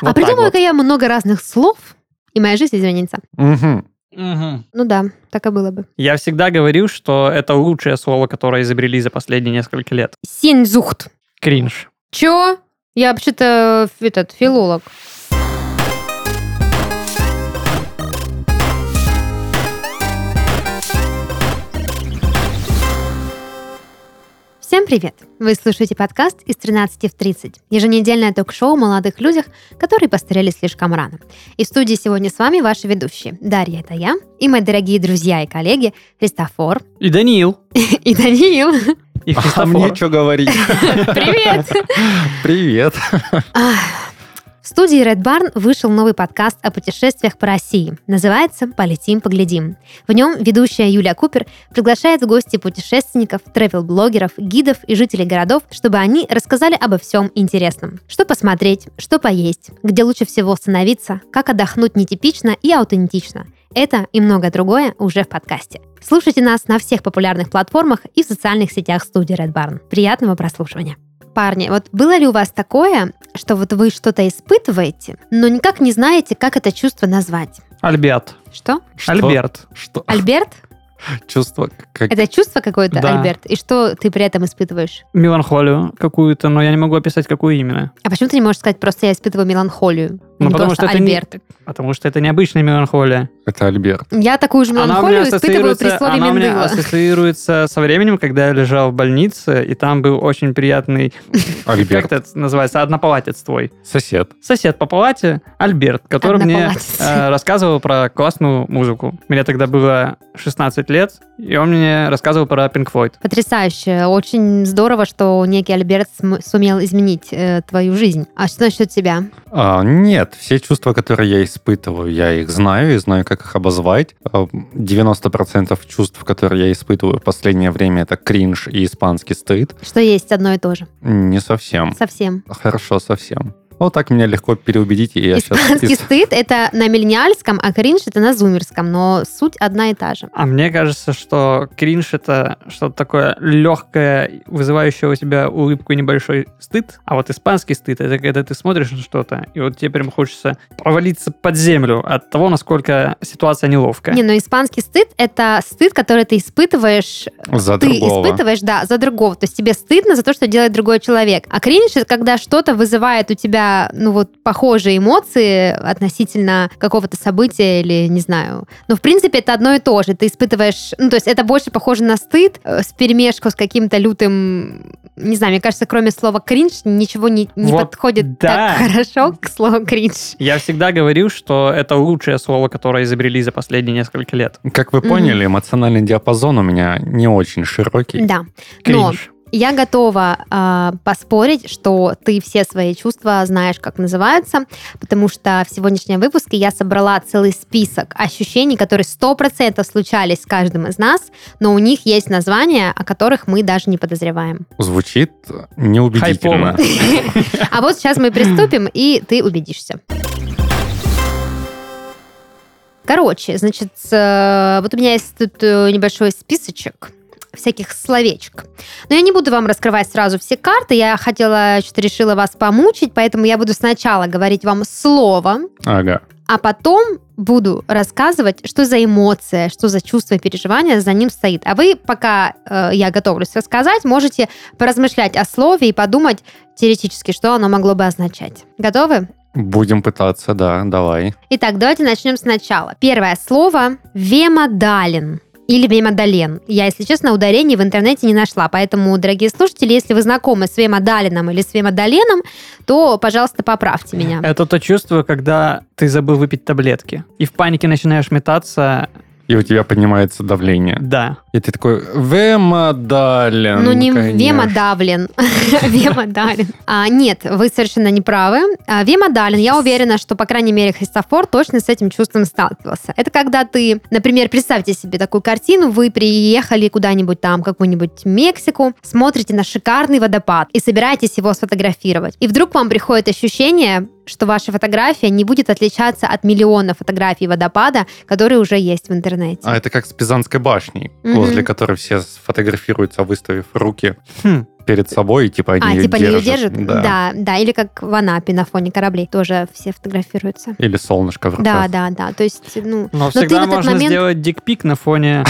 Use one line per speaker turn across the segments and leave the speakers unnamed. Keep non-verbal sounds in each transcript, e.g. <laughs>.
а
Вот так
придумываю-ка я много разных слов, и моя жизнь изменится.
Мгм.
Мгм.
Ну да, так и было бы.
Я всегда говорил, что это лучшее слово, которое изобрели за последние несколько лет.
Синьзухт.
Кринж.
Чё? Я вообще-то ф- этот филолог. Всем привет! Вы слушаете подкаст «Из 13 в 30» – еженедельное ток-шоу о молодых людях, которые постарели слишком рано. И в студии сегодня с вами ваши ведущие Дарья – это я, и мои дорогие друзья и коллеги Христофор <laughs>
И Даниил.
и Даниил.
<laughs> И
А
Христофор.
мне что говорить?
Привет!
Привет.
Ах. В студии Red Barn вышел новый подкаст о путешествиях по России. Называется «Полетим, поглядим». В нем ведущая Юлия Купер приглашает в гости путешественников, тревел-блогеров, гидов и жителей городов, чтобы они рассказали обо всем интересном. Что посмотреть, что поесть, где лучше всего остановиться, как отдохнуть нетипично и аутентично. Это и многое другое уже в подкасте. Слушайте нас на всех популярных платформах и в социальных сетях студии Red Barn. Приятного прослушивания! Парни, вот было ли у вас такое, что вот вы что-то испытываете, но никак не знаете, как это чувство назвать?
Альберт.
Что?
Альберт.
Что?
<laughs>
Альберт?
Чувство как...
Это чувство какое-то,
Да.
Альберт? И что ты при этом испытываешь?
Меланхолию какую-то, но я не могу описать, какую именно.
А почему ты не можешь сказать просто «я испытываю меланхолию»?
Ну,
Не
потому
просто
что это не-
Альберт.
Потому что это необычная меланхолия.
Это Альберт.
Я такую же
Она у
меланхолию
меня
испытываю при
ассоциируется,
слове
она у меня
«миндыло».
ассоциируется со временем, когда я лежал в больнице, и там был очень приятный, как
Альберт.
это называется, однопалатец твой.
Сосед.
сосед по палате Альберт, который мне
Однопалатец.
э, рассказывал про классную музыку. Мне тогда было 16 лет, и он мне рассказывал про Pink Floyd.
Потрясающе. Очень здорово, что некий Альберт см- сумел изменить э, твою жизнь. А что насчет тебя?
А, нет, все чувства, которые я испытываю, я их знаю и знаю, как их обозвать. А, 90% чувств, которые я испытываю в последнее время, это кринж и испанский стыд.
Что есть одно и то же?
Не совсем.
Совсем.
Хорошо, совсем. Вот так меня легко переубедить, и я
Испанский
сейчас...
стыд это на мельняльском, а кринж это на зумерском, но суть одна и та же.
А мне кажется, что кринж — это что-то такое легкое, вызывающее у тебя улыбку и небольшой стыд. А вот испанский стыд — это когда ты смотришь на что-то, и вот тебе прям хочется провалиться под землю от того, насколько ситуация неловкая.
Не, но испанский стыд это стыд, который ты испытываешь,
За
ты
другого.
испытываешь, да, за другого. То есть тебе стыдно за то, что делает другой человек. А кринж это когда что-то вызывает у тебя, ну вот, похожие эмоции относительно какого-то события или не знаю. Ну, в принципе, это одно и то же. Ты испытываешь, ну, то есть это больше похоже на стыд э, с перемешку с каким-то лютым. Не знаю, мне кажется, кроме слова кринж ничего не, не
Вот
подходит
да.
так <laughs> хорошо к слову кринж.
Я всегда говорил, что это лучшее слово, которое изобрели за последние несколько лет.
Как вы
Мгм.
поняли, эмоциональный диапазон у меня не очень широкий.
Да. Но
Кринж.
Я готова а, поспорить, что ты все свои чувства знаешь, как называются, потому что в сегодняшнем выпуске я собрала целый список ощущений, которые 100% случались с каждым из нас, но у них есть названия, о которых мы даже не подозреваем.
Звучит неубедительно.
Хайпово.
А вот сейчас мы приступим, и ты убедишься. Короче, значит, э, вот у меня есть тут э, небольшой списочек всяких словечек. Но я не буду вам раскрывать сразу все карты. Я хотела, что-то решила вас помучить, поэтому я буду сначала говорить вам слово,
Ага.
а потом буду рассказывать, что за эмоция, что за чувство и переживание за ним стоит. А вы, пока э, я готовлюсь рассказать, можете поразмышлять о слове и подумать теоретически, что оно могло бы означать. Готовы?
Будем пытаться, да, давай.
Итак, давайте начнем сначала. Первое слово – вемодалин или вемодален. Я, если честно, ударений в интернете не нашла, поэтому, дорогие слушатели, если вы знакомы с вемодалином или с вемодаленом, то, пожалуйста, поправьте меня.
Это то чувство, когда ты забыл выпить таблетки. И в панике начинаешь метаться.
И у тебя поднимается давление.
Да.
И ты такой, вемодален.
Ну, не <laughs>
конечно».
вемодавлен. Вемодалин. А, Нет, вы совершенно не правы. А, Вемодалин, я уверена, что, по крайней мере, Христофор точно с этим чувством сталкивался. Это когда ты, например, представьте себе такую картину, вы приехали куда-нибудь там, в какую-нибудь Мексику, смотрите на шикарный водопад и собираетесь его сфотографировать. И вдруг вам приходит ощущение, что ваша фотография не будет отличаться от миллиона фотографий водопада, которые уже есть в интернете.
А это как с Пизанской башней,
Мгм.
возле которой все сфотографируются, выставив руки.
Хм.
перед собой, и типа они
А,
её
типа они ее держат?
Да.
да, да. Или как в Анапе на фоне кораблей тоже все фотографируются.
Или солнышко в
Да,
руках.
да, да. То есть, ну,
Но
ты в
всегда
этот
можно
момент-
сделать дикпик на фоне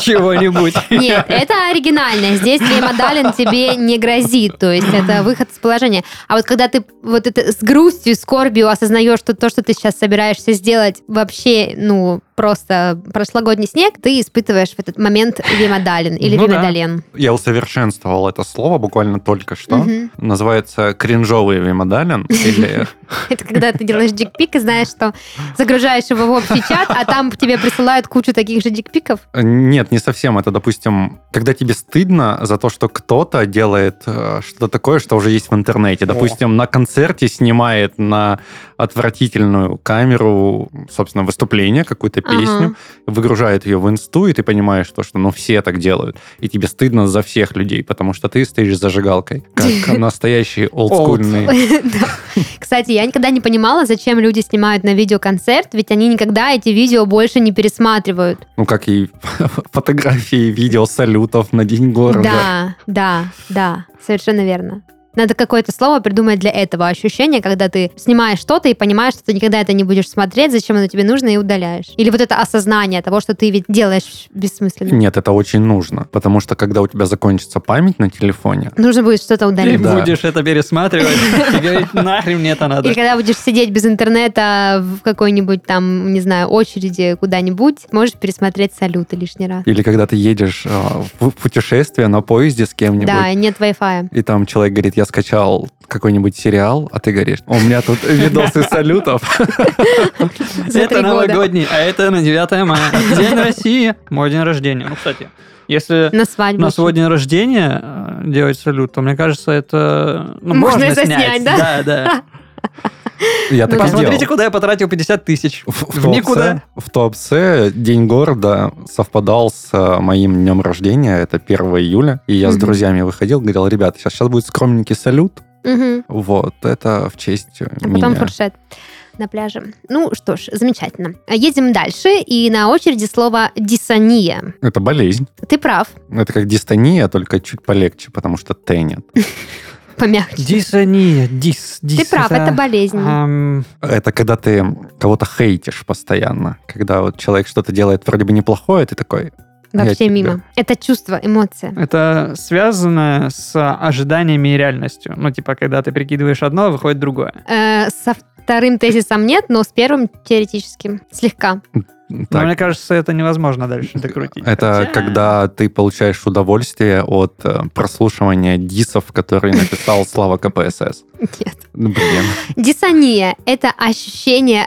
чего-нибудь.
<laughs> Нет, это оригинально. Здесь Эйма Даллен тебе не грозит. То есть это выход из положения. А вот когда ты вот это с грустью, скорбью осознаешь, что то, что ты сейчас собираешься сделать, вообще, ну, просто прошлогодний снег, ты испытываешь в этот момент Вима Далин или
Ну
Вима
да.
Дален.
Я усовершенствовал это слово буквально только что.
Мгм.
Называется
<laughs>
кринжовый вимодален. Или...
Это когда ты делаешь дикпик и знаешь, что загружаешь его в общий чат, а там тебе присылают кучу таких же дикпиков.
Э, Нет, не совсем. Это, допустим, когда тебе стыдно за то, что кто-то делает э, что-то такое, что уже есть в интернете. Допустим, на концерте снимает на отвратительную камеру, собственно, выступление, какую-то
Ага.
песню, выгружает ее в инсту, и ты понимаешь то, что ну все так делают. И тебе стыдно за всех людей, потому что ты стоишь зажигалкой,
<laughs>
как настоящий олдскульный
Да. Кстати, я никогда не понимала, зачем люди снимают на видео концерт, ведь они никогда эти видео больше не пересматривают.
Ну, как и <laughs> фотографии, видео салютов на День города.
Да, да, да, совершенно верно. Надо какое-то слово придумать для этого ощущения, когда ты снимаешь что-то и понимаешь, что ты никогда это не будешь смотреть, зачем оно тебе нужно, и удаляешь. Или вот это осознание того, что ты ведь делаешь бессмысленно.
Нет, это очень нужно, потому что когда у тебя закончится память на телефоне,
Нужно будет что-то
Ты
удалить.
Да.
будешь это пересматривать и говорить, нахрен мне это надо.
Или когда будешь сидеть без интернета в какой-нибудь там, не знаю, очереди куда-нибудь, можешь пересмотреть салюты лишний раз.
или когда ты едешь э, в путешествие на поезде с кем-нибудь,
Да, нет
<laughs>
Wi-Fi.
и там человек говорит, я скачал какой-нибудь сериал, а ты говоришь, у меня тут <laughs> видосы салютов. <laughs>
За
Это
три года.
новогодний, а это на 9 мая. День России, мой день рождения. Ну, кстати, если
На свадьбу.
у нас свой день рождения э, делать салют, то мне кажется, это ну,
Можно
можно,
это
снять.
снять, да?
Да,
<laughs>
да.
Ну,
Я так и
Посмотрите,
сделал.
куда я потратил 50 тысяч.
В, в,
В
Туапсе-
никуда.
в Туапсе День города совпадал с э, моим днем рождения, это 1 июля, и я с
Мгм.
друзьями выходил, говорил, ребят, сейчас, сейчас будет скромненький салют,
Мгм.
Вот, это в честь
А потом
меня.
фуршет на пляже. Ну что ж, замечательно. А Едем дальше, и на очереди слово «диссония».
Это болезнь.
Ты прав, <laughs>
Ну, Это как дистония, только чуть полегче, потому что Т нет.
помягче.
Диссония, дис, дис.
Ты прав, это болезнь.
эм,
Это когда ты кого-то хейтишь постоянно. Когда вот человек что-то делает вроде бы неплохое, ты такой...
Вообще
тебя-
мимо. Это чувство, эмоция.
Это связано с ожиданиями и реальностью. Ну, типа, когда ты прикидываешь одно, выходит другое.
Э, Со вторым тезисом нет, но с первым теоретическим слегка.
Но
«Так,
мне кажется, Ну, это невозможно дальше докрутить.
это
Хотя-
когда ты получаешь удовольствие от э, прослушивания дисов, которые написал <laughs> Слава КПСС.
Нет.
Ну, Блин.
Диссония – это ощущение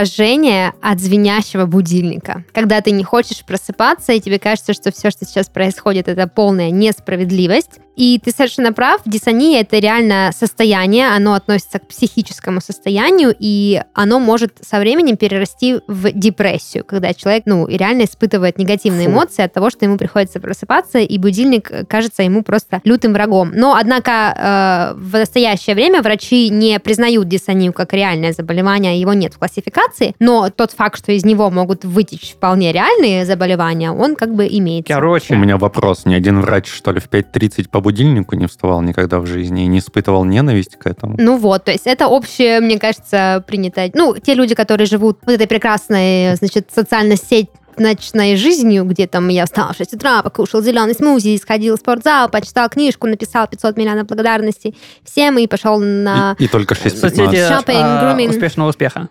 раздражения от звенящего будильника. Когда ты не хочешь просыпаться, и тебе кажется, что все, что сейчас происходит, это полная несправедливость. И ты совершенно прав, диссония – это реально состояние, оно относится к психическому состоянию, и оно может со временем перерасти в депрессию, когда человек, ну, реально испытывает негативные
Фу.
эмоции от того, что ему приходится просыпаться, и будильник э, кажется ему просто лютым врагом. Но, однако, э, в настоящее время врачи не признают диссонию как реальное заболевание, его нет в классификации, но тот факт, что из него могут вытечь вполне реальные заболевания, он как бы имеется.
У
Короче,
меня вопрос. Ни один врач, что ли, в 5.30 по будильнику не вставал никогда в жизни и не испытывал ненависть к этому?
Ну вот, то есть это общее, мне кажется, принятое. Ну, те люди, которые живут вот этой прекрасной, значит, социально сеть ночной жизнью, где там я встал в 6 утра, покушал зеленый смузи, сходил в спортзал, почитал книжку, написал 500 миллионов благодарностей всем и пошел на...
И, и только 6.15.
соцсети
Shopping,
а,
grooming.
успешного успеха.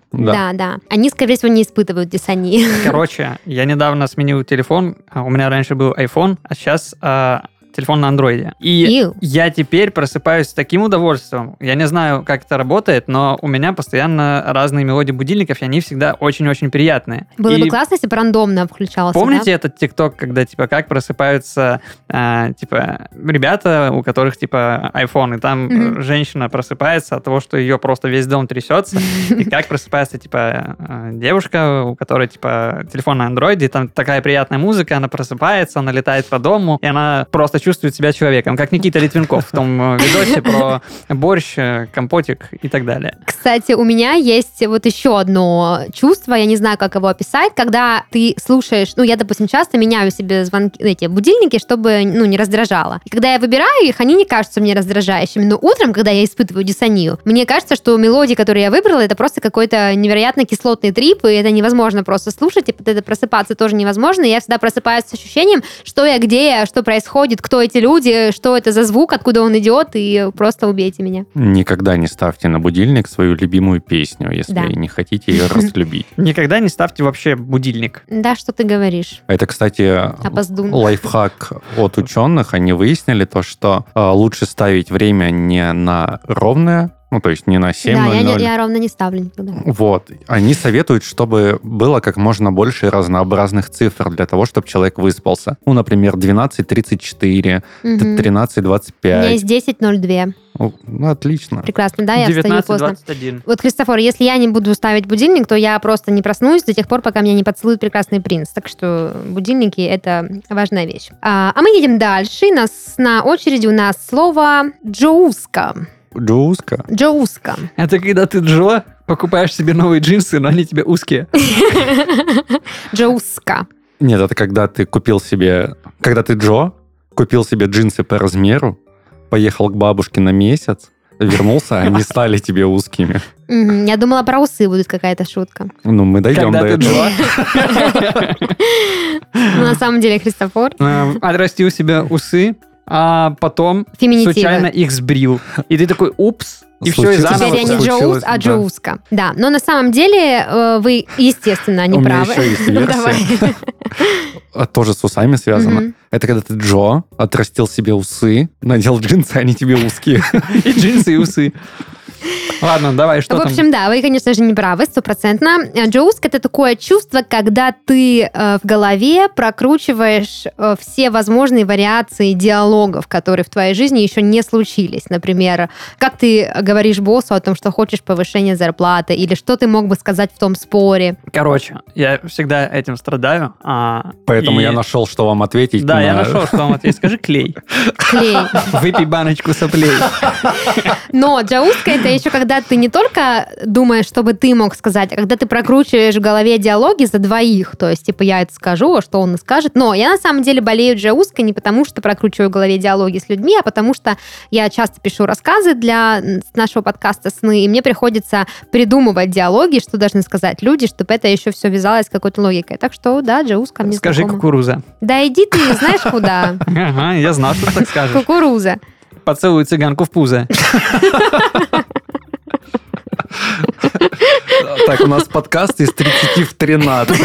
да,
Да.
да. Они, скорее всего, не испытывают диссонии. <laughs>
Короче, я недавно сменил телефон. А У меня раньше был iPhone, а сейчас а, телефон на андроиде. И
Ил.
я теперь просыпаюсь с таким удовольствием. Я не знаю, как это работает, но у меня постоянно разные мелодии будильников, и они всегда очень-очень приятные.
Было
И
бы классно, если бы рандомно включался. да?
Помните этот ТикТок, когда типа как просыпаются а, типа ребята, у которых типа iPhone, и там
Мгм.
э, женщина просыпается от того, что ее просто весь дом трясется, и как просыпается типа э, девушка, у которой типа телефон на андроиде, и там такая приятная музыка, она просыпается, она летает по дому, и она просто чувствует себя человеком, как Никита Литвинков в том э, видосе про борщ, э, компотик и так далее.
Кстати, у меня есть вот еще одно чувство, я не знаю, как его описать, когда ты слушаешь, ну, я, допустим, часто меняю себе звонки, ну, эти будильники, чтобы, ну, не раздражало. И когда я выбираю их, они не кажутся мне раздражающими, но утром, когда я испытываю диссонию, мне кажется, что мелодии, которые я выбрала, это просто какой-то невероятно кислотный трип, и это невозможно просто слушать, и под это просыпаться тоже невозможно, и я всегда просыпаюсь с ощущением, что я, где я, что происходит, кто эти люди, что это за звук, откуда он идет, и просто убейте меня.
Никогда не ставьте на будильник свою любимую песню, если
Да.
не хотите
<laughs>
ее разлюбить.
Никогда не ставьте вообще будильник.
Да, что ты говоришь?
Это,
А
кстати,
Опоздун.
лайфхак от ученых. Они выяснили то, что э, лучше ставить время не на ровное, ну, то есть не на 7.00.
да, я, не- я ровно не ставлю никогда.
Вот. Они советуют, чтобы было как можно больше разнообразных цифр для того, чтобы человек выспался. Ну, например, 12.34,
Мгм. У меня
13.25.
есть 10.02.
Ну, ну, отлично.
Прекрасно, да, А я встаю поздно.
19.21.
Вот, Христофор, если я не буду ставить будильник, то я просто не проснусь до тех пор, пока меня не поцелует прекрасный принц. Так что будильники — это важная вещь. А, а мы едем дальше. И Нас, на очереди у нас слово «джоуска».
Джуска.
«Джоуска».
Это когда ты Джо, покупаешь себе новые джинсы, но они тебе узкие.
«Джоуска».
Нет, это когда ты купил себе... Когда ты Джо, купил себе джинсы по размеру, поехал к бабушке на месяц, вернулся, они стали тебе узкими.
Мгм, Я думала, про усы будет какая-то шутка.
Ну, мы дойдем
Когда
до
ты
этого.
Джо,
Но на самом деле, Христофор,
э, отрастил себе усы, а потом
Феминитивы.
случайно их сбрил. И ты такой, упс, и все, и
Случилось.
заново.
теперь я не
всё.
Джоус,
случилось,
а
да.
Джоуска. Да, но на самом деле э, вы, естественно, не
У меня
правы.
еще есть
Ну,
версия.
давай.
А, Тоже с усами связано.
Мгм.
Это когда ты Джо, отрастил себе усы, надел джинсы, они тебе узкие.
И джинсы, и усы. Ладно, давай, что
В
там?
общем, да, вы, конечно же, не правы, стопроцентно. Э, Джоуск это такое чувство, когда ты э, в голове прокручиваешь э, все возможные вариации диалогов, которые в твоей жизни еще не случились. Например, как ты говоришь боссу о том, что хочешь повышения зарплаты, или что ты мог бы сказать в том споре.
Короче, я всегда этим страдаю. а,
Поэтому
и-
я нашел, что вам ответить.
Да, я
на-
нашел, что вам ответить. Скажи
<laughs>
клей.
Клей.
Выпей баночку соплей.
Но джауска это еще когда ты не только думаешь, что бы ты мог сказать, а когда ты прокручиваешь в голове диалоги за двоих. То есть, типа, я это скажу, а что он скажет. Но я на самом деле болею джауской не потому, что прокручиваю в голове диалоги с людьми, а потому что я часто пишу рассказы для м, нашего подкаста «Сны», и мне приходится придумывать диалоги, что должны сказать люди, чтобы это еще все вязалось с какой-то логикой. Так что, да, джауска мне
Скажи
знакома.
кукуруза.
Да иди ты, знаешь куда.
Ага, я знал, что ты так скажешь.
Кукуруза.
Поцелую цыганку в пузо.
Так, у нас подкаст из 30
<laughs>
в 13.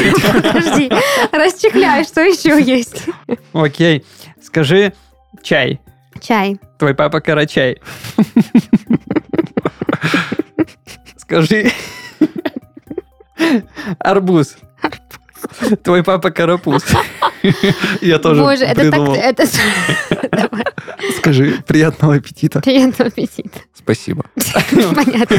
Подожди, расчехляй, что еще есть.
Ну, Окей. Скажи чай.
Чай.
Твой папа карачай. Скажи арбуз. Твой папа карапуз.
Я тоже
Боже, это так...
придумал.
Это...
Скажи, приятного аппетита.
Приятного
<laughs>
аппетита.
Спасибо.
Понятно.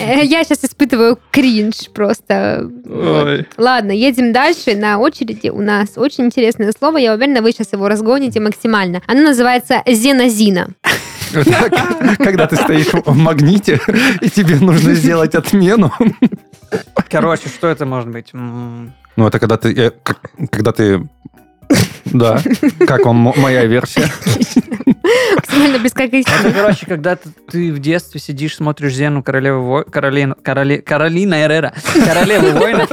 Э, Я сейчас испытываю кринж просто. Вот.
Ой.
Ладно, едем дальше. На очереди у нас очень интересное слово. Я уверена, вы сейчас его разгоните максимально. Оно называется зенозина.
Так, Когда ты стоишь в магните, и тебе нужно сделать отмену.
Короче, что это может быть? М,
Ну, это когда ты... э, как- Когда ты... Да, как вам мо- моя версия?
Максимально
Это,
бескорыстно.
Ну, короче, когда ты, ты в детстве сидишь, смотришь Зену Королеву Во... Каролину... Короли... Каролина Эррера. Королеву воинов.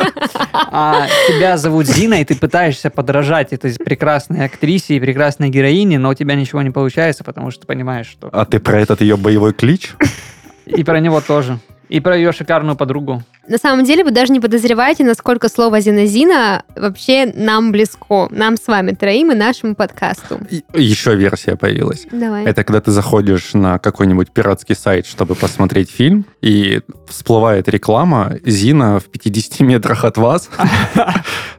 А тебя зовут Зина, и ты пытаешься подражать этой прекрасной актрисе и прекрасной героине, но у тебя ничего не получается, потому что ты понимаешь, что...
А ты про этот ее боевой клич?
И про него тоже. И про ее шикарную подругу.
На самом деле вы даже не подозреваете, насколько слово зенозина вообще нам близко. Нам с вами троим и нашему подкасту.
И- Еще версия появилась.
А
Давай.
Это когда ты заходишь на какой-нибудь пиратский сайт, чтобы посмотреть фильм, и всплывает реклама, Зина в 50 метрах от вас,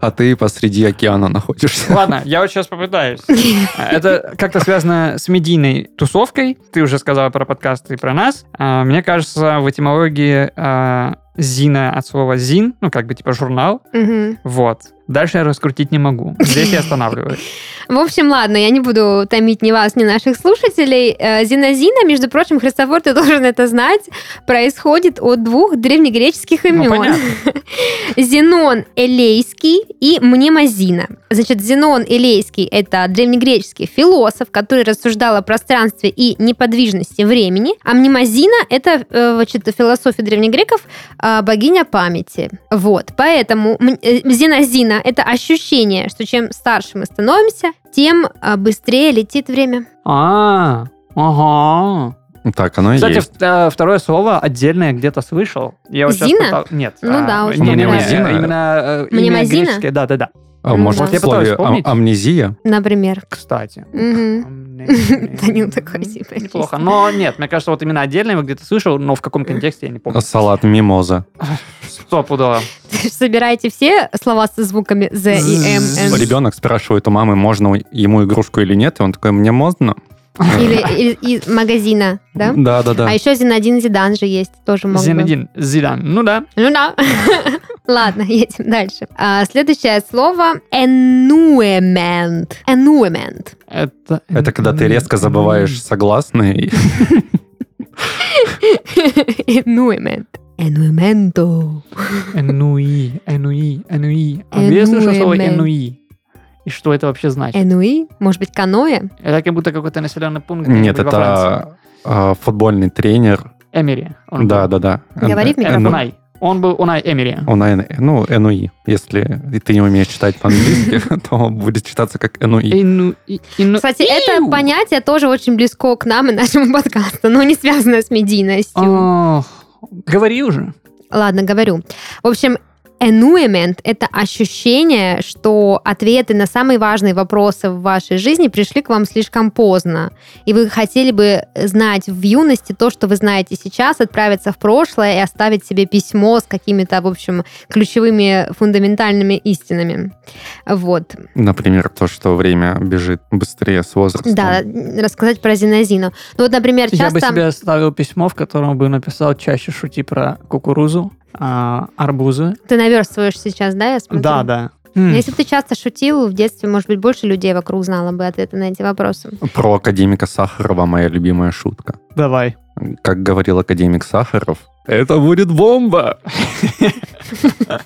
а ты посреди океана находишься.
Ладно, я вот сейчас попытаюсь. <laughs> Это как-то связано с медийной тусовкой. Ты уже сказала про подкасты и про нас. А, Мне кажется, в этимологии а, Зина от слова Зин, ну как бы типа журнал,
Мгм.
Вот. Дальше я раскрутить не могу. Здесь я останавливаюсь.
В общем, ладно, я не буду томить ни вас, ни наших слушателей. Э, Зина-Зина, между прочим, Христофор, ты <laughs> должен это знать, происходит от двух древнегреческих
Ну,
имен.
понятно.
<laughs> Зенон Элейский и Мнемозина. Значит, Зенон Элейский – это древнегреческий философ, который рассуждал о пространстве и неподвижности времени, а Мнемозина – это, э, значит, философия древнегреков, а, богиня памяти. Вот, поэтому м- э, Зенозина – это ощущение, что чем старше мы становимся, тем а, быстрее летит время.
<laughs> А,
Ну,
ага.
Так, оно и
Кстати,
есть.
в- э, второе слово отдельное я где-то слышал. Я вот сейчас
Зина?
пытал- Нет.
Ну
а,
да, уже
не, не, не,
Мнемозина?
Именно э, имя
Мнемозина?
греческое. Да, да, да.
А
Ну,
может,
да.
Я
в слове
пытаюсь
ам-
вспомнить.
амнезия?
Например.
Кстати.
Мгм. <laughs>
М-м-м.
Данил такой, типа,
Неплохо.
<laughs>
Но нет, мне кажется, вот именно отдельно его где-то слышал, но в каком контексте я не помню.
Салат мимоза.
Стопудово.
Собираете все слова со звуками «з» и «м», «н».
Ребенок спрашивает у мамы, можно у- ему игрушку или нет, и он такой, мне можно?
<laughs> Или из, из магазина, да?
Да, да, да.
А еще Зинадин Зидан же есть, тоже мог бы.
Зинедин. Зидан. Ну да.
Ну да. <laughs> Ладно, <laughs> едем дальше. А, следующее слово ennuement. Ennuement.
Это,
Это когда ты резко забываешь согласные. и-
<laughs> Ennuement. Ennuemento.
Энуи, энуи, энуи. А где я слышал слово
Энуэмен.
энуи? И что это вообще значит?
Энуи? Может быть, каноэ?
Это как будто какой-то населенный пункт.
Нет,
где-нибудь во Франции.
это а, футбольный тренер.
Эмери. он
Да,
был.
да, да.
Говори в
Э,
микрофон.
Унай. Он был Унай Эмери.
У Найны- ну, NUI. Если ты не умеешь читать по-английски, <laughs> то будет читаться как NUI.
Эну- и- ину-
Кстати, это
Ну, Иу.
понятие тоже очень близко к нам и нашему <laughs> подкасту, но не связано с медийностью.
Ох, Говори уже.
Ладно, говорю. В общем, Ennuement – это ощущение, что ответы на самые важные вопросы в вашей жизни пришли к вам слишком поздно. И вы хотели бы знать в юности то, что вы знаете сейчас, отправиться в прошлое и оставить себе письмо с какими-то, в общем, ключевыми фундаментальными истинами. Вот.
Например, то, что время бежит быстрее с возрастом.
Да, рассказать про Зинозину. Ну вот, например, часто...
Я бы себе оставил письмо, в котором бы написал чаще шути про кукурузу, а, арбузы.
Ты наверстываешь сейчас, да, я смотрю?
Да, да.
Но
М.
Если бы ты часто шутил в детстве, может быть, больше людей вокруг знало бы ответы на эти вопросы.
Про академика Сахарова моя любимая шутка.
Давай.
Как говорил академик Сахаров, это будет бомба!
Да.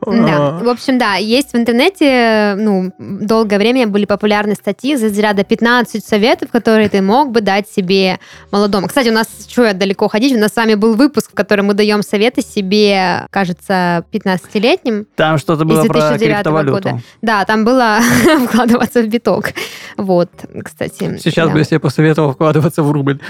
А.
В общем, да, есть в интернете, ну, долгое время были популярны статьи за заряда 15 советов, которые ты мог бы дать себе молодому. Кстати, у нас, что я далеко ходить, у нас с вами был выпуск, в котором мы даем советы себе, кажется, 15-летним.
Там что-то было
Из
про
2009 года.
криптовалюту.
Да, там было <laughs> вкладываться в биток. Вот, кстати.
Сейчас
да.
бы я себе посоветовал вкладываться в рубль.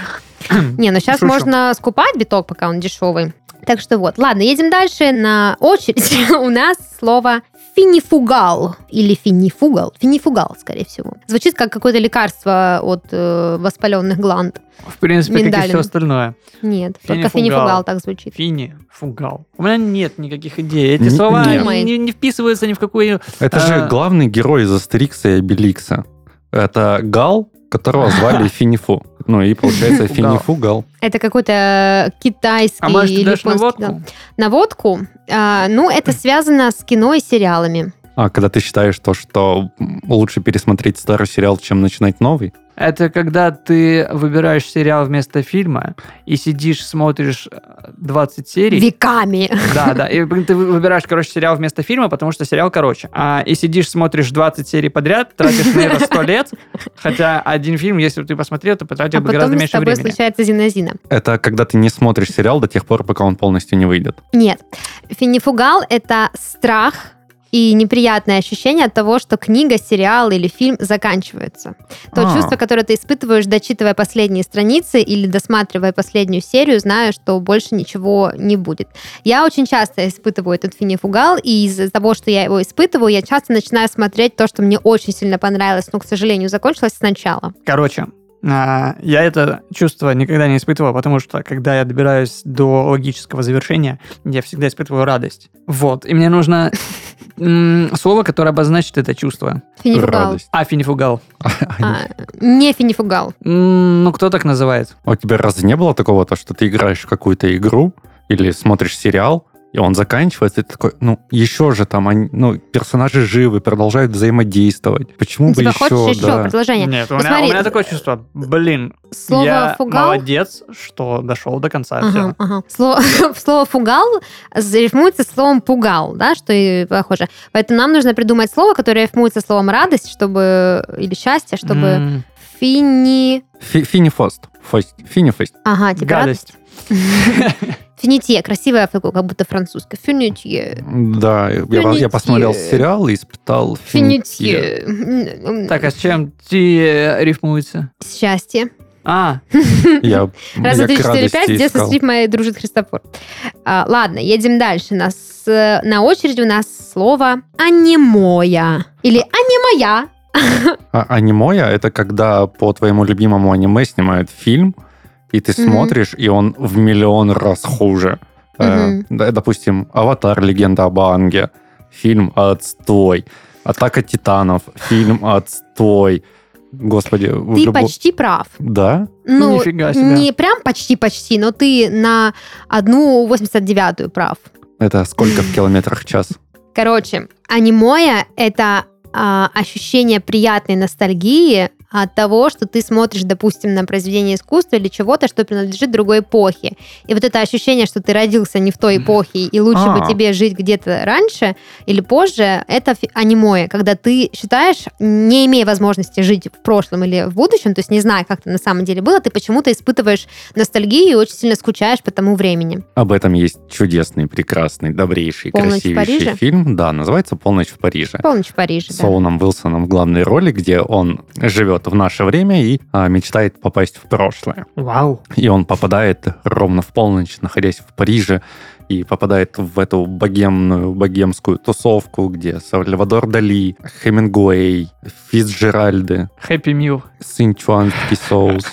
Не, ну сейчас
Шучу.
можно скупать биток, пока он дешевый. Так что вот, ладно, едем дальше. На очередь <laughs> у нас слово финифугал или финифугал. Финифугал, скорее всего. Звучит как какое-то лекарство от э, воспаленных гланд.
В принципе, как и
Миндалин.
все остальное.
Нет, только
Финифугал.
финифугал так звучит.
Фини, фугал. У меня нет никаких идей. Эти
Н-
слова
нет.
не, не вписываются ни в какую...
Это
А.
же главный герой из Астерикса и Обеликса. Это Гал,
<laughs>
которого звали Финифу. Ну и получается
Фу, Гал.
Финифу Гал.
Это какой-то китайский
А может, ты
или
дашь на
японский
водку?
гал. На водку? А, ну, это связано с кино и сериалами.
А когда ты считаешь то, что м, лучше пересмотреть старый сериал, чем начинать новый?
Это когда ты выбираешь сериал вместо фильма и сидишь, смотришь э, 20 серий.
Веками.
Да, да. И блин, ты вы- выбираешь, короче, сериал вместо фильма, потому что сериал короче. А, и сидишь, смотришь 20 серий подряд, тратишь на это 100 лет. Хотя один фильм, если бы ты посмотрел, то потратил
А
бы гораздо
потом с
меньше
тобой
времени.
случается зина-зина.
Это когда ты не смотришь сериал до тех пор, пока он полностью не выйдет.
Нет. Финифугал – это страх и неприятное ощущение от того, что книга, сериал или фильм заканчиваются. То
А.
чувство, которое ты испытываешь, дочитывая последние страницы или досматривая последнюю серию, зная, что больше ничего не будет. Я очень часто испытываю этот финифугал, и из-за того, что я его испытываю, я часто начинаю смотреть то, что мне очень сильно понравилось, но, к сожалению, закончилось сначала.
Короче, а, я это чувство никогда не испытывал, потому что когда я добираюсь до логического завершения, я всегда испытываю радость. Вот. И мне нужно м, слово, которое обозначит это чувство.
Финифугал.
Радость.
Афинифугал.
А, не финифугал.
М, Ну, кто так называет?
А У тебя разве не было такого, то, что ты играешь в какую-то игру или смотришь сериал, и он заканчивается, и ты такой, ну, еще же там, они, ну, персонажи живы, продолжают взаимодействовать. Почему бы
Типа,
еще,
хочешь еще
Ну, да.
продолжение?
Нет, у меня,
Посмотри,
у меня такое чувство, блин,
Слово
я
«фугал»?
молодец, что дошел до конца.
Ага,
всё.
ага. Слово, <laughs> слово фугал рифмуется словом пугал, да, что и похоже. Поэтому нам нужно придумать слово, которое рифмуется словом радость, чтобы или счастье, чтобы
М,
фини.
Фи- Финифост. Фост. Финифост.
Ага, типа
гадость.
<laughs> Финитье, красивая фигура, как будто французская. Финитье.
Да, я, я
Финитье.
посмотрел сериал и испытал финитье.
Финитье. М-м-м.
Так, а с чем ти рифмуется?
Счастье.
А,
Я,
<laughs> Раз, два,
я
три,
к
четыре, пять.
радости
Здесь со
искал.
скрип моей дружит Христофор. А, ладно, едем дальше. Нас, э, на очереди у нас слово «анемоя». Или «анемоя».
А, анимоя — это когда по твоему любимому аниме снимают фильм, и ты
Мгм.
смотришь, и он в миллион раз хуже. Э,
Мгм.
да, Допустим, «Аватар. Легенда об Анге». Фильм отстой. «Атака титанов». Фильм отстой. Господи, в
Ты
любо-
почти прав.
Да?
Ну,
Нифига себе.
не прям почти-почти, но ты на одну 89-ю прав.
Это сколько в километрах в час?
Короче, анимоя — это а, ощущение приятной ностальгии от того, что ты смотришь, допустим, на произведение искусства или чего-то, что принадлежит другой эпохе. И вот это ощущение, что ты родился не в той эпохе, и лучше бы
А.
тебе жить где-то раньше или позже, это фи- анимоя, когда ты считаешь, не имея возможности жить в прошлом или в будущем, то есть не зная, как это на самом деле было, ты почему-то испытываешь ностальгию и очень сильно скучаешь по тому времени.
Об этом есть чудесный, прекрасный, добрейший,
«Полночь в
красивейший
Париже»?
фильм. Да, называется «Полночь в Париже».
Полночь в Париже,
с
да.
Оуэном Уилсоном в главной роли, где он живет в наше время и а, мечтает попасть в прошлое.
Вау.
И он попадает ровно в полночь, находясь в Париже, и попадает в эту богемную, богемскую тусовку, где Сальвадор Дали, Хемингуэй, Фицджеральды,
Хэппи Мил.
Синчуанский
<laughs>
соус.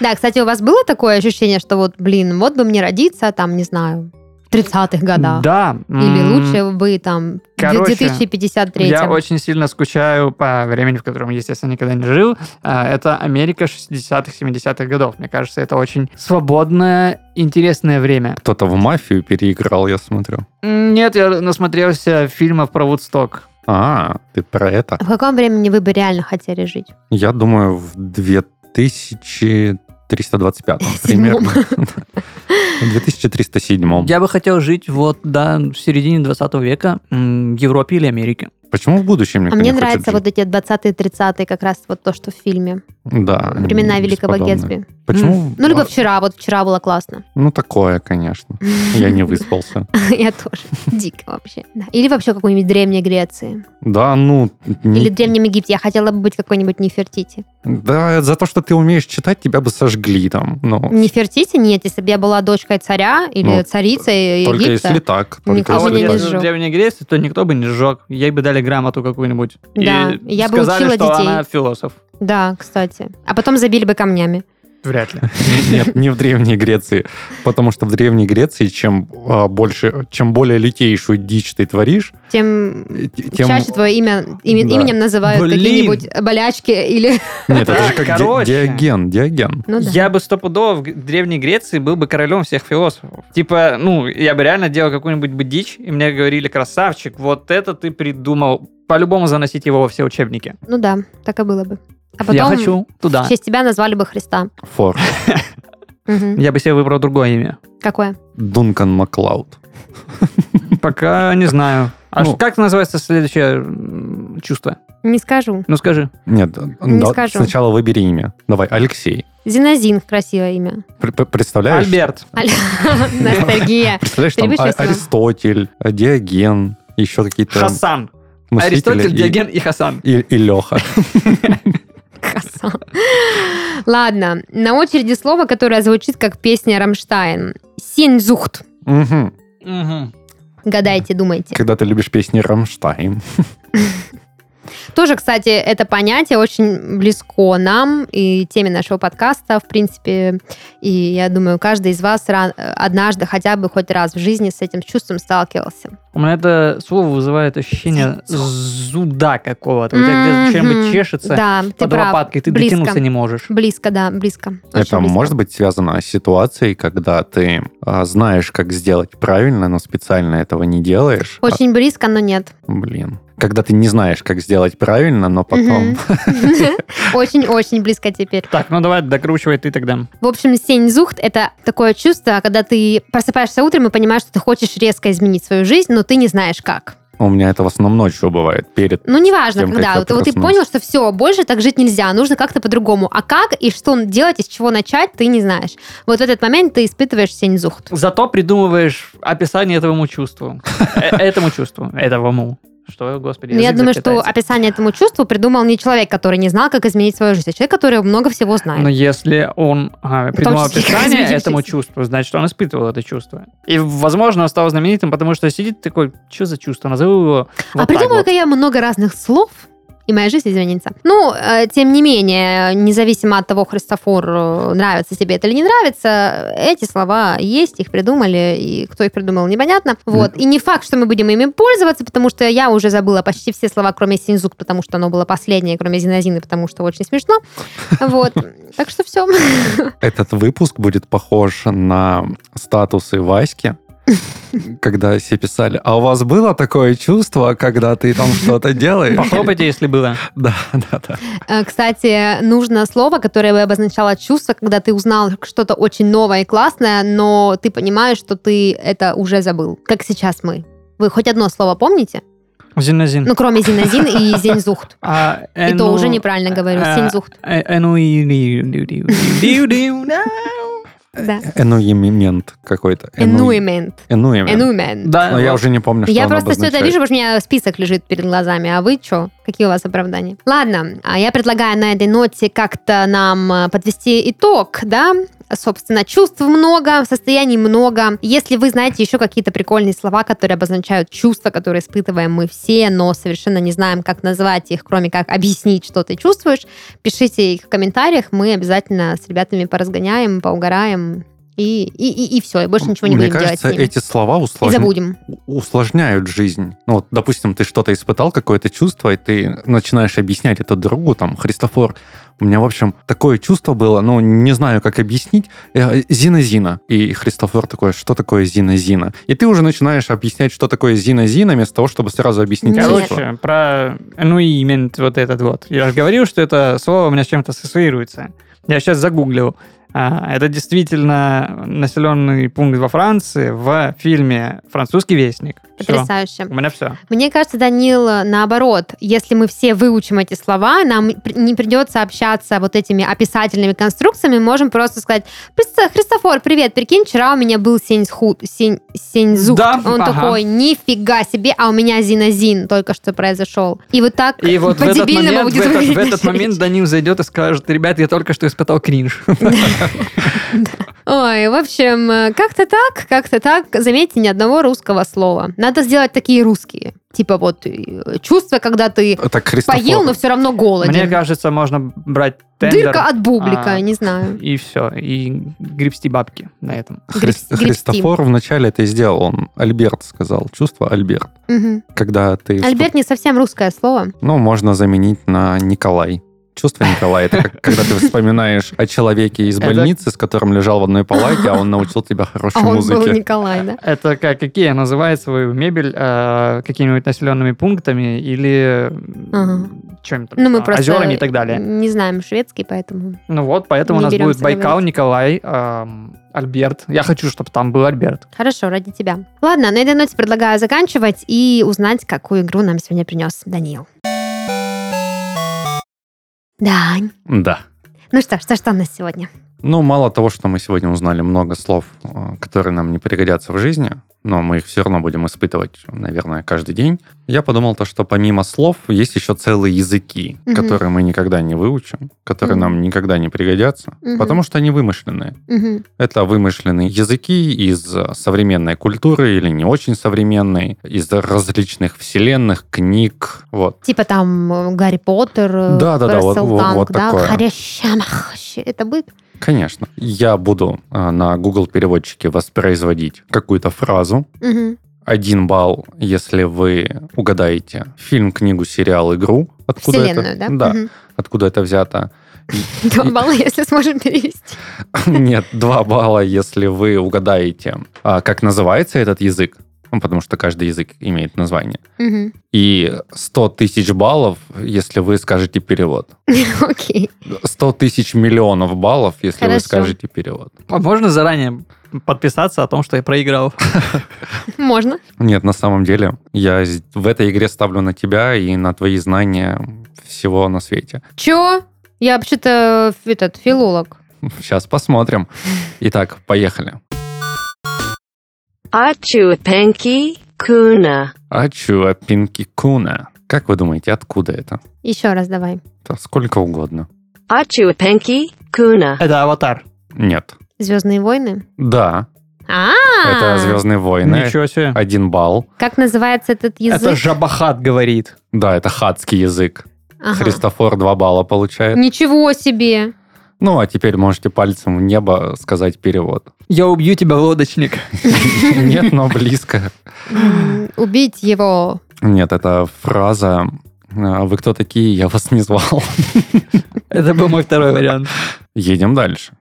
Да, кстати, у вас было такое ощущение, что вот, блин, вот бы мне родиться, там, не знаю, в 30-х годах?
Да.
Или
м,
лучше бы там в
Короче,
2053
Я очень сильно скучаю по времени, в котором, естественно, никогда не жил. А, Это Америка 60-х, 70-х годов. Мне кажется, это очень свободное, интересное время.
Кто-то в мафию переиграл, я смотрю.
М, Нет, я насмотрелся фильмов про Вудсток.
А, ты про это?
В каком времени вы бы реально хотели жить?
Я думаю, в
<laughs>
2325 примерно. В 2307.
Я бы хотел жить вот до середины 20 века в Европе или Америке.
Почему в будущем никто
а мне
не хочет
нравятся
жить?
вот эти 20-е, 30-е, как раз вот то, что в фильме.
да, они
Времена Великого
бесподобные.
Гетсби.
Почему?
Ну, либо вчера, вот вчера было классно. <laughs>
Ну, такое, конечно. Я не выспался.
Я тоже. <laughs> Дико вообще. да. Или вообще какой-нибудь Древней Греции.
Да, ну... не-
Или Древнем Египте. Я хотела бы быть какой-нибудь Нефертити.
Да, за то, что ты умеешь читать, тебя бы сожгли там. Ну,
Нефертити? Нет, если бы я была дочкой царя или
Ну,
царицей
только
Египта.
если так. Только
никого
А вот
Точно не
если
если
так.
сжег.
в Древней Греции, то никто бы не сжег. Ей бы дали грамоту какую-нибудь.
Да,
И
я бы
сказали,
учила
что
детей.
она философ.
Да, кстати. А потом забили бы камнями.
Вряд ли.
Нет, не в Древней Греции. Потому что в Древней Греции чем а, больше, чем более лютейшую дичь ты творишь,
Тем,
э, те- тем...
чаще твое имя име-
Да.
именем называют
Блин.
какие-нибудь болячки или... <laughs>
Нет, это же
Да,
как Ди-
короче.
Диоген, Диоген.
Ну да.
Я бы стопудово в Г- Древней Греции был бы королем всех философов. Типа, ну, я бы реально делал какую-нибудь бы дичь, и мне говорили, красавчик, вот это ты придумал. По-любому заносить его во все учебники.
Ну да, так и было бы. А потом
я хочу туда.
в честь тебя назвали бы Христа.
Фор.
Мгм.
Я бы себе выбрал другое имя.
Какое?
Дункан Маклауд.
Пока не знаю. А
Ну.
ш- как называется следующее м, чувство?
Не скажу.
Ну скажи.
Нет,
Не
да,
скажу.
сначала выбери имя. Давай, Алексей.
Зинозин, красивое имя. <laughs>
Пр- пр- Представляешь?
Альберт.
Аль- Ностальгия.
Представляешь, там
Перевыше
А-
всего.
Аристотель, Диоген, еще какие-то
Хасан.
мыслители.
Аристотель,
и-
Диоген и Хасан.
И, Леха.
Краса. Ладно, на очереди слово, которое звучит как песня Рамштайн. Синзухт. Гадайте, думайте.
Когда ты любишь песни Рамштайн.
Тоже, кстати, это понятие очень близко нам и теме нашего подкаста, в принципе. И я думаю, каждый из вас ра- однажды хотя бы хоть раз в жизни с этим чувством сталкивался.
У меня это слово вызывает ощущение
Зудцо.
зуда какого-то. У тебя где-то
Мгм.
чем-нибудь чешется
Да, ты
под
прав.
лопаткой, ты
Близко.
дотянуться не можешь.
Близко, да, близко. Очень
Это
близко.
может быть связано с ситуацией, когда ты а, знаешь, как сделать правильно, но специально этого не делаешь. А,
Очень близко, но нет.
блин. Когда ты не знаешь, как сделать правильно, но потом... <laughs>
Мгм. <laughs> Очень-очень близко теперь.
Так, ну давай докручивай ты тогда.
В общем, сень-зухт – это такое чувство, когда ты просыпаешься утром и понимаешь, что ты хочешь резко изменить свою жизнь, но ты не знаешь как.
У меня это в основном ночью
<laughs>
бывает, перед...
Ну, неважно,
Тем, как
когда.
я
Вот, вот ты
проснулся.
понял, что все, больше так жить нельзя, нужно как-то по-другому. А как и что делать, и с чего начать, ты не знаешь. Вот в этот момент ты испытываешь сень-зухт.
Зато придумываешь описание этому чувству. Э, Этому чувству. Этому. Что, господи,
Но Ну, я
язык
думаю, что
заплетается.
описание этому чувству придумал не человек, который не знал, как изменить свою жизнь, а человек, который много всего знает.
Но если он а, придумал
числе, <laughs> как
описание
изменить
этому
жизнь.
чувству, значит, он испытывал это чувство. И, возможно, он стал знаменитым, потому что сидит такой, что за чувство, назову его вот
а
так
придумаю
вот».
ка я много разных слов, и моя жизнь изменится. Ну, э, тем не менее, независимо от того, Христофор, э, нравится тебе это или не нравится, эти слова есть, их придумали, и кто их придумал, непонятно. Вот. И не факт, что мы будем ими пользоваться, потому что я уже забыла почти все слова, кроме синзук, потому что оно было последнее, кроме зинозины, потому что
<laughs>
очень смешно. Вот. Так что все.
Этот выпуск будет похож на
<laughs>
статусы Васьки, когда все писали, а у вас было такое чувство, когда ты там что-то делаешь?
Похлопайте, если было.
<laughs> Да, да, да.
Э, Кстати, нужно слово, которое бы обозначало чувство, когда ты узнал что-то очень новое и классное, но ты понимаешь, что ты это уже забыл. Как сейчас мы. Вы хоть одно слово помните?
Зинозин.
Ну, кроме
<laughs>
зинозин и зензухт.
А,
И то
эну-
уже неправильно говорю.
э,
Синзухт.
э, эну и ри- ри- ри- ри- ри- да. э,
Да.
Энуимент какой-то. Энуи-
Энуймент.
Энуимент.
Энуймент.
Да,
Но я уже не помню, что
Я
он
просто все это
обозначает.
вижу, потому что у меня список лежит перед глазами. А вы что? Какие у вас оправдания? Ладно, а я предлагаю на этой ноте как-то нам э, подвести итог, да? Собственно, чувств много, состояний много. Если вы знаете еще какие-то прикольные слова, которые обозначают чувства, которые испытываем мы все, но совершенно не знаем, как назвать их, кроме как объяснить, что ты чувствуешь, пишите их в комментариях, мы обязательно с ребятами поразгоняем, поугараем и, и, и, все, и больше ничего не
Мне
будем
кажется,
делать с ними.
эти слова
И
усложня-
забудем.
усложняют жизнь. Ну, вот, допустим, ты что-то испытал, какое-то чувство, и ты начинаешь объяснять это другу, там, Христофор, у меня, в общем, такое чувство было, ну, не знаю, как объяснить, э, зина-зина. И Христофор такой, что такое зина-зина? И ты уже начинаешь объяснять, что такое зина-зина, вместо того, чтобы сразу объяснить
Нет.
чувство.
Короче, про энуимент вот этот вот. Я же говорил, что это слово у меня с чем-то ассоциируется. Я сейчас загуглил. А, Это действительно населенный пункт во Франции в фильме «Французский вестник». Все.
Потрясающе.
У меня все.
Мне кажется, Данил, э, наоборот, если мы все выучим эти слова, нам при- не придется общаться вот этими описательными конструкциями, мы можем просто сказать, «Представь, Христофор, привет, прикинь, вчера у меня был сеньзху, сень, сеньзухт».
Да,
Он
ага.
такой, нифига себе, а у меня зинозин только что произошел. И вот так
И вот в этот,
по-дебильному
момент, в,
будет
этот, в
выглядеть
этот момент Данил зайдет и скажет, ребят, я только что испытал кринж.
Ой, в общем, э, как-то так, как-то так. Заметьте, ни одного русского слова. Надо сделать такие русские. Типа вот э, чувство, когда ты
Так Христофор.
поел, но все равно голоден.
Мне кажется, можно брать тендер
Дырка от бублика,
А.
не знаю.
и все, и гребсти бабки на этом.
Хрис-
Гребсти.
Христофор вначале это и сделал, он Альберт сказал, чувство Альберт.
Мгм.
Когда ты... вступ-
Альберт не совсем русское слово.
Ну, можно заменить на Николай. Чувство Николая, это как когда ты вспоминаешь о человеке из
Это-
больницы, с которым лежал в одной палате, а он научил тебя
А
хорошей
он был
музыке.
Николай, да?
Это как, какие называют свою мебель э, какими-нибудь населенными пунктами или
Ага.
чем-то,
Ну, мы просто
озерами А, и так далее.
не знаем шведский, поэтому...
Ну вот, поэтому
Не
у нас будет
берёмся
Байкал,
говорить.
Николай, эм, Альберт. Я хочу, чтобы там был Альберт.
Хорошо, ради тебя. Ладно, на этой ноте предлагаю заканчивать и узнать, какую игру нам сегодня принес Даниил. Дань.
Да.
Ну что, ж, что, что у нас сегодня?
Ну, мало того, что мы сегодня узнали много слов, э, которые нам не пригодятся в жизни, но мы их все равно будем испытывать, наверное, каждый день. Я подумал то, что помимо слов есть еще целые языки,
Мгм.
которые мы никогда не выучим, которые
Мгм.
нам никогда не пригодятся,
Мгм.
потому что они вымышленные.
Мгм.
Это вымышленные языки из э, современной культуры или не очень современной, из различных вселенных, книг. Вот.
Типа там э, Гарри Поттер, э,
Да-да-да, вот-
Рассел
вот-
Танк,
вот
да?
такое.
Харящамах. Это будет?
Конечно. Я буду э, на Google переводчике воспроизводить какую-то фразу,
Мгм.
один балл, если вы угадаете фильм, книгу, сериал, игру. Откуда
Вселенную,
это?
да?
Да,
Мгм.
откуда это взято. <laughs>
Два балла, <laughs> если сможем перевести.
Нет, два балла, если вы угадаете, а, как называется этот язык, ну, потому что каждый язык имеет название.
Мгм. <laughs>
И 100 тысяч баллов, если вы скажете перевод.
Окей.
100 тысяч миллионов баллов, если вы
Хорошо.
скажете перевод.
А можно заранее подписаться о том, что я проиграл?
Можно.
Нет, на самом деле, я з- в этой игре ставлю на тебя и на твои знания всего на свете.
Чё? Я вообще-то ф- этот филолог.
Сейчас посмотрим. Итак, поехали.
Achupenki Kuna.
Ачуа а Пинки Куна. Как вы думаете, откуда это?
Еще раз давай.
Да сколько угодно.
Achupenki Kuna.
<laughs> Это аватар.
Нет.
Звездные войны.
Да,
А.
это «Звездные войны».
Ничего себе.
Один балл.
Как называется этот язык?
Это жабахат говорит.
Да, это хатский язык.
Ага.
Христофор два балла получает.
Ничего себе!
Ну, а теперь можете пальцем в небо сказать перевод. <laughs>
Я убью тебя, лодочник.
Нет, но близко.
М, <gasps> Убить его.
Нет, это фраза а, «Вы кто такие? Я вас не звал». <laughs>
Это был мой второй вариант.
Едем дальше.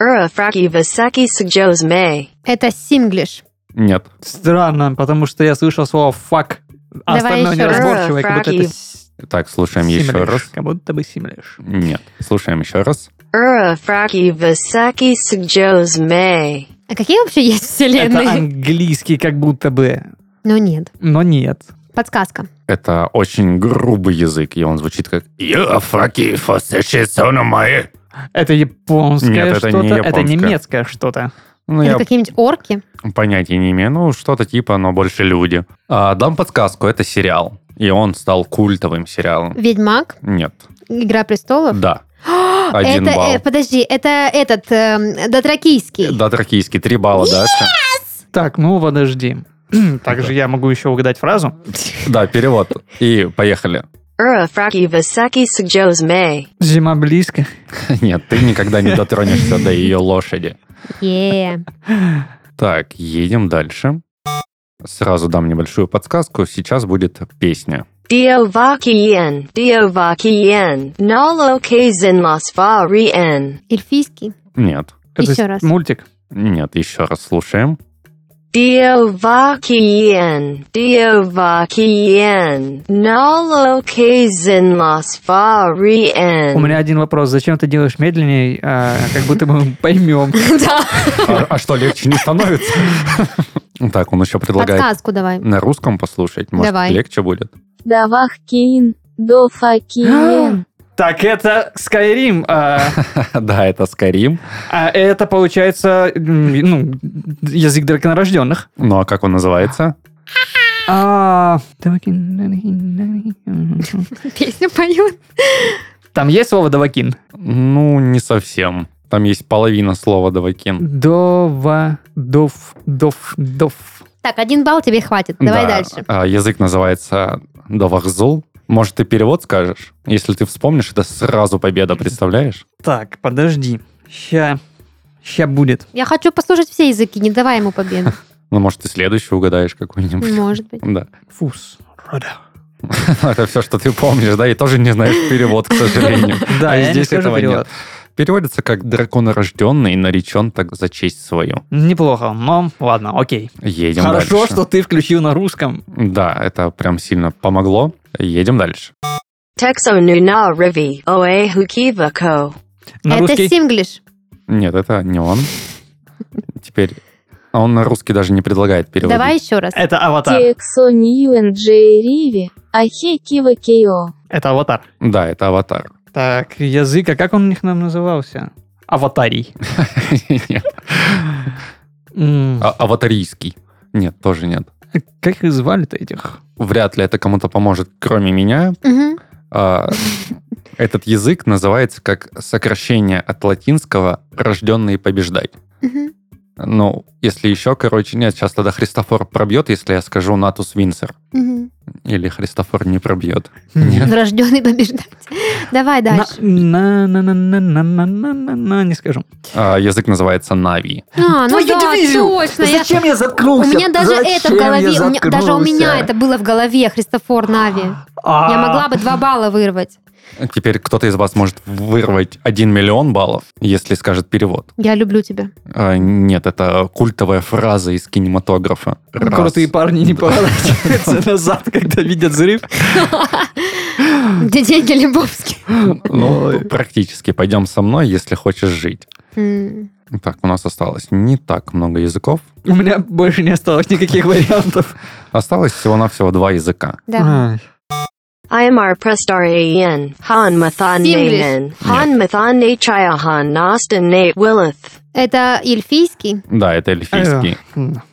Urafraki Vasaki Sujos May.
Это синглиш.
Нет.
Странно, потому что я слышал слово «фак». А
Давай
остальное
еще раз.
неразборчивое, как будто это с-
Так, слушаем еще
симлишь.
раз.
Как будто бы симлишь.
Нет. Слушаем еще раз.
Urafraki Vasaki Sujos May.
А какие вообще есть вселенные?
Это
<laughs>
английский как будто бы,
Ну нет.
но нет.
Подсказка.
Это очень грубый язык, и он звучит как «Я фраки фасеши сономаи».
Это японское
Нет, это
что-то.
не японское.
это немецкое что-то.
Ну,
это
я
какие-нибудь орки?
понятия не имею. Ну, что-то типа, но больше люди. А, дам подсказку. Это сериал. И он стал культовым сериалом.
Ведьмак?
Нет.
Игра престолов? <gasps>
Да. Один
это,
балл.
э, подожди, это этот эм, дотракийский.
Да, тракийский. Три балла дальше.
Так, ну подожди. <clears throat> Также я могу еще угадать фразу.
Да, перевод. И поехали.
Urafraki Vasaki Sujos May.
Зима близко.
<laughs> Нет, ты никогда не дотронешься до ее лошади.
Е.
Так, едем дальше. Сразу дам небольшую подсказку. Сейчас будет песня.
Diovakien, Diovakien, Nalo Kazin Las Farien.
Эльфийский.
Нет.
Это
Еще
с-
раз.
мультик.
Нет, еще раз слушаем.
Diovakien, Diovakien, Nalo Kazin Las Farien.
У меня один вопрос. Зачем ты делаешь медленнее? А, как будто бы мы поймем.
Да.
<laughs> А, а что, легче не становится? <laughs> Так, он еще предлагает
Подсказку давай.
на русском послушать. Может,
Давай.
легче будет. <laughs>
Давахкин, дофакин,
Так, это Skyrim. А,
Да, это Скарим.
а это, получается, м, ну, язык драконорожденных.
Ну, а как он называется?
А,
<laughs> Песню поют.
Там есть слово «давакин»?
Ну, не совсем. Там есть половина слова «давакин».
Дова... Дов... Дов... Дов...
Так, один балл тебе хватит. Давай
Да,
дальше.
а, Язык называется «давахзул». Может, ты перевод скажешь? Если ты вспомнишь, это сразу победа, представляешь?
Так, подожди. Ща... Ща будет.
Я хочу послушать все языки, не давай
<laughs>
ему победу.
Ну, может, ты следующую угадаешь какую-нибудь.
Может быть.
Да. <laughs>
Фус. Рода.
Это все, что ты помнишь, да, и тоже не знаешь перевод, к сожалению.
<laughs> Да,
А
я здесь этого
нет. Переводится как «драконорожденный, наречен так за честь свою».
Неплохо, но ладно, окей.
Едем
Хорошо,
дальше.
что ты включил на русском.
Да, это прям сильно помогло. Едем дальше.
Texo Nuna Rivi, Oe Hukiva Ko.
На
это
русский.
синглиш.
Нет, это
<laughs>
не он. Теперь... А он на русский даже не предлагает переводить.
Давай еще раз.
Э.
Это аватар.
тексоньюэн джейриви, ахекива кейо.
Это аватар.
Да, это «Аватар».
Так, язык, а как он у них нам назывался? Аватарий.
Нет.
М,
А- Аватарийский. Нет, тоже нет.
Как их звали-то этих?
Вряд ли это кому-то поможет, кроме меня.
Мгм.
А, Этот язык называется как сокращение от латинского «рожденный побеждать».
Мгм.
А, Ну, если еще, короче, нет, сейчас тогда Христофор пробьет, если я скажу Натус Винсер.
<laughs>
Мгм.
Или Христофор не пробьет.
Нет.
Рожденный побеждать. Давай дальше.
На-на-на-на-на-на-на-на-на, не скажу.
А, язык называется Нави.
А, ну
Твою
да,
дивизию!
точно. я-
Зачем я
У
заткнулся?
меня даже это в
Зачем я
голове, у меня- даже у меня
заткнулся? А.
это было в голове, Христофор Нави. Я
А,
могла бы два балла вырвать.
Теперь кто-то из вас может вырвать 1 миллион баллов, если скажет перевод.
Я люблю тебя.
А, нет, это культовая фраза из кинематографа. Раз.
Крутые парни
<laughs>
не поворачиваются назад, когда видят взрыв.
Где
<laughs>
деньги, Лебовский?
<laughs> Ну, практически. Пойдем со мной, если хочешь жить.
М.
Так, у нас осталось не так много языков.
У меня больше не осталось никаких вариантов.
Осталось всего-навсего два языка.
Да.
Imar prestarian, han mathan
English.
nayan, han mathan na chayahan nastan na willeth.
Это эльфийский,
Да, это эльфийский.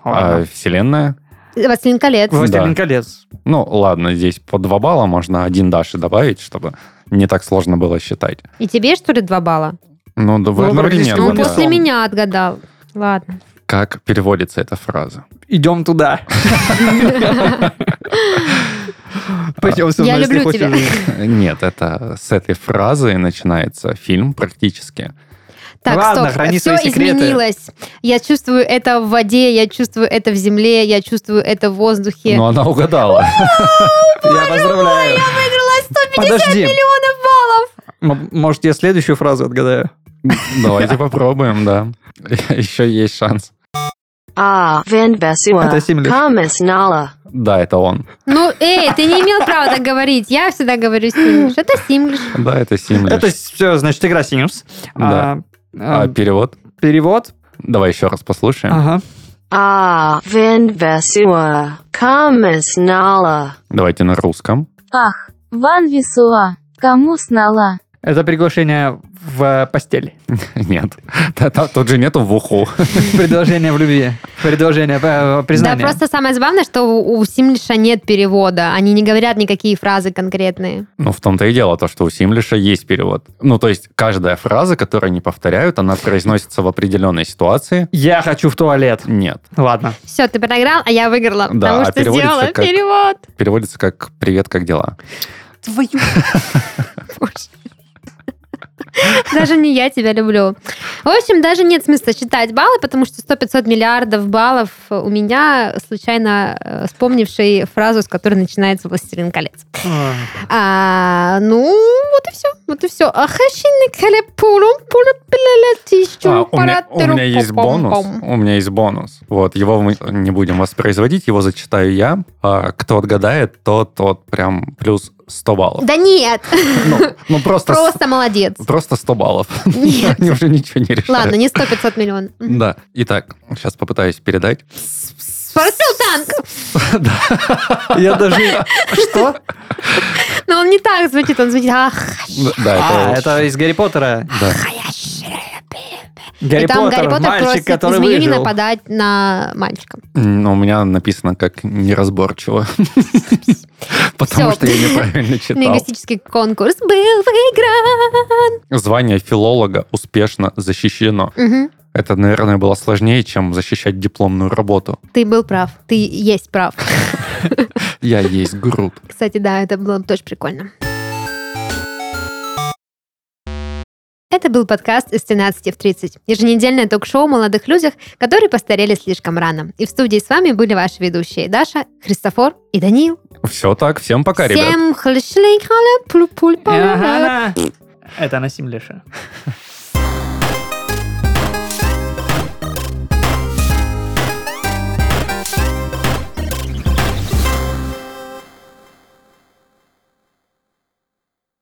А, вселенная.
«Властелин колец».
Властелин
Да.
колец.
Ну, ладно, здесь по два балла можно один Даши добавить, чтобы не так сложно было считать.
И тебе, что ли, два балла?
Ну, да, вроде
практически
нет,
Ну,
он
да.
после
потом.
меня отгадал. Ладно.
Как переводится эта фраза? <laughs>
Идем туда. Пойдем со мной,
Я
если
люблю
хочешь
тебя.
жить.
Нет, это с этой фразы начинается фильм практически.
Так,
Ладно,
стоп,
храни
все
свои секреты.
изменилось. Я чувствую это в воде, я чувствую это в земле, я чувствую это в воздухе.
Но она угадала.
Я поздравляю.
Выиграла 150
Подожди.
миллионов баллов!
М- Может, я следующую фразу отгадаю?
Давайте попробуем, да. <laughs> Еще есть шанс.
Ah, van
Это
besua,
Simlish.
kamas nala.
Да, это он.
Ну, эй, ты не имел права так говорить. Я всегда говорю симглиш. Это симглиш.
Да, это Симлиш.
Это все, значит, игра Синюс.
Да.
А,
А
а,
перевод?
Перевод.
Давай еще раз послушаем.
Ага.
Ah, van besua, kamas nala.
Давайте на русском. <laughs>
Ах, Ван Висуа, кому снала?
Это приглашение в э,
<laughs>
постель.
Нет. Та- та- Тут же нету в уху.
Предложение в любви. Предложение, э, признание.
Да, просто самое забавное, что у у Симлиша нет перевода. Они не говорят никакие фразы конкретные.
<laughs> Ну, в том-то и дело, то, что у Симлиша есть перевод. Ну, то есть, каждая фраза, которую они повторяют, она произносится в определенной ситуации.
Я хочу в туалет.
Нет.
Ладно.
Все, ты проиграл, а я выиграла,
Да,
потому
а
что
переводится
сделала
как?
перевод.
Переводится как «Привет, как дела?»
Твою. Даже не я тебя люблю. В общем, даже нет смысла считать баллы, потому что 100-500 миллиардов баллов у меня, случайно э, вспомнивший фразу, с которой начинается «Властелин колец». А, ну, вот и все, вот и все.
А, у, меня, у меня есть бонус. У меня есть бонус. Вот, его мы не будем воспроизводить, его зачитаю я. А, кто отгадает, тот, тот прям плюс 100 баллов.
Да нет,
Ну, ну,
<laughs>
<laughs> просто, с-
просто молодец.
просто 100 баллов. <laughs>
Нет.
Они уже ничего не решают.
Ладно, не 100-500 миллионов.
Да. Итак, сейчас попытаюсь передать.
Спортил танк,
Я даже... Что?
но он не так звучит, он звучит ах,
Да,
А,
это-
это из Гарри Поттера.
да.
Гарри
и там Гарри
Поттер,
Поттер
мальчик,
просит
который
змею не
выжил.
нападать на мальчика.
Ну, у меня написано
<laughs>
как неразборчиво. Потому
Всё.
что я
<laughs>
неправильно читал.
Лингвистический конкурс был выигран.
Звание филолога успешно защищено.
Мгм.
Это, наверное, было сложнее, чем защищать дипломную работу.
Ты был прав, ты есть прав.
Я есть груд.
Кстати, да, это было тоже прикольно. Это был подкаст из 13 в 30. Еженедельное ток-шоу о молодых людях, которые постарели слишком рано. И в студии с вами были ваши ведущие Даша, Христофор и Даниил.
Все так, всем пока, ребят.
Всем хлышлей, халя, пуль, пуль, паля.
Ага. Это она Симлиша.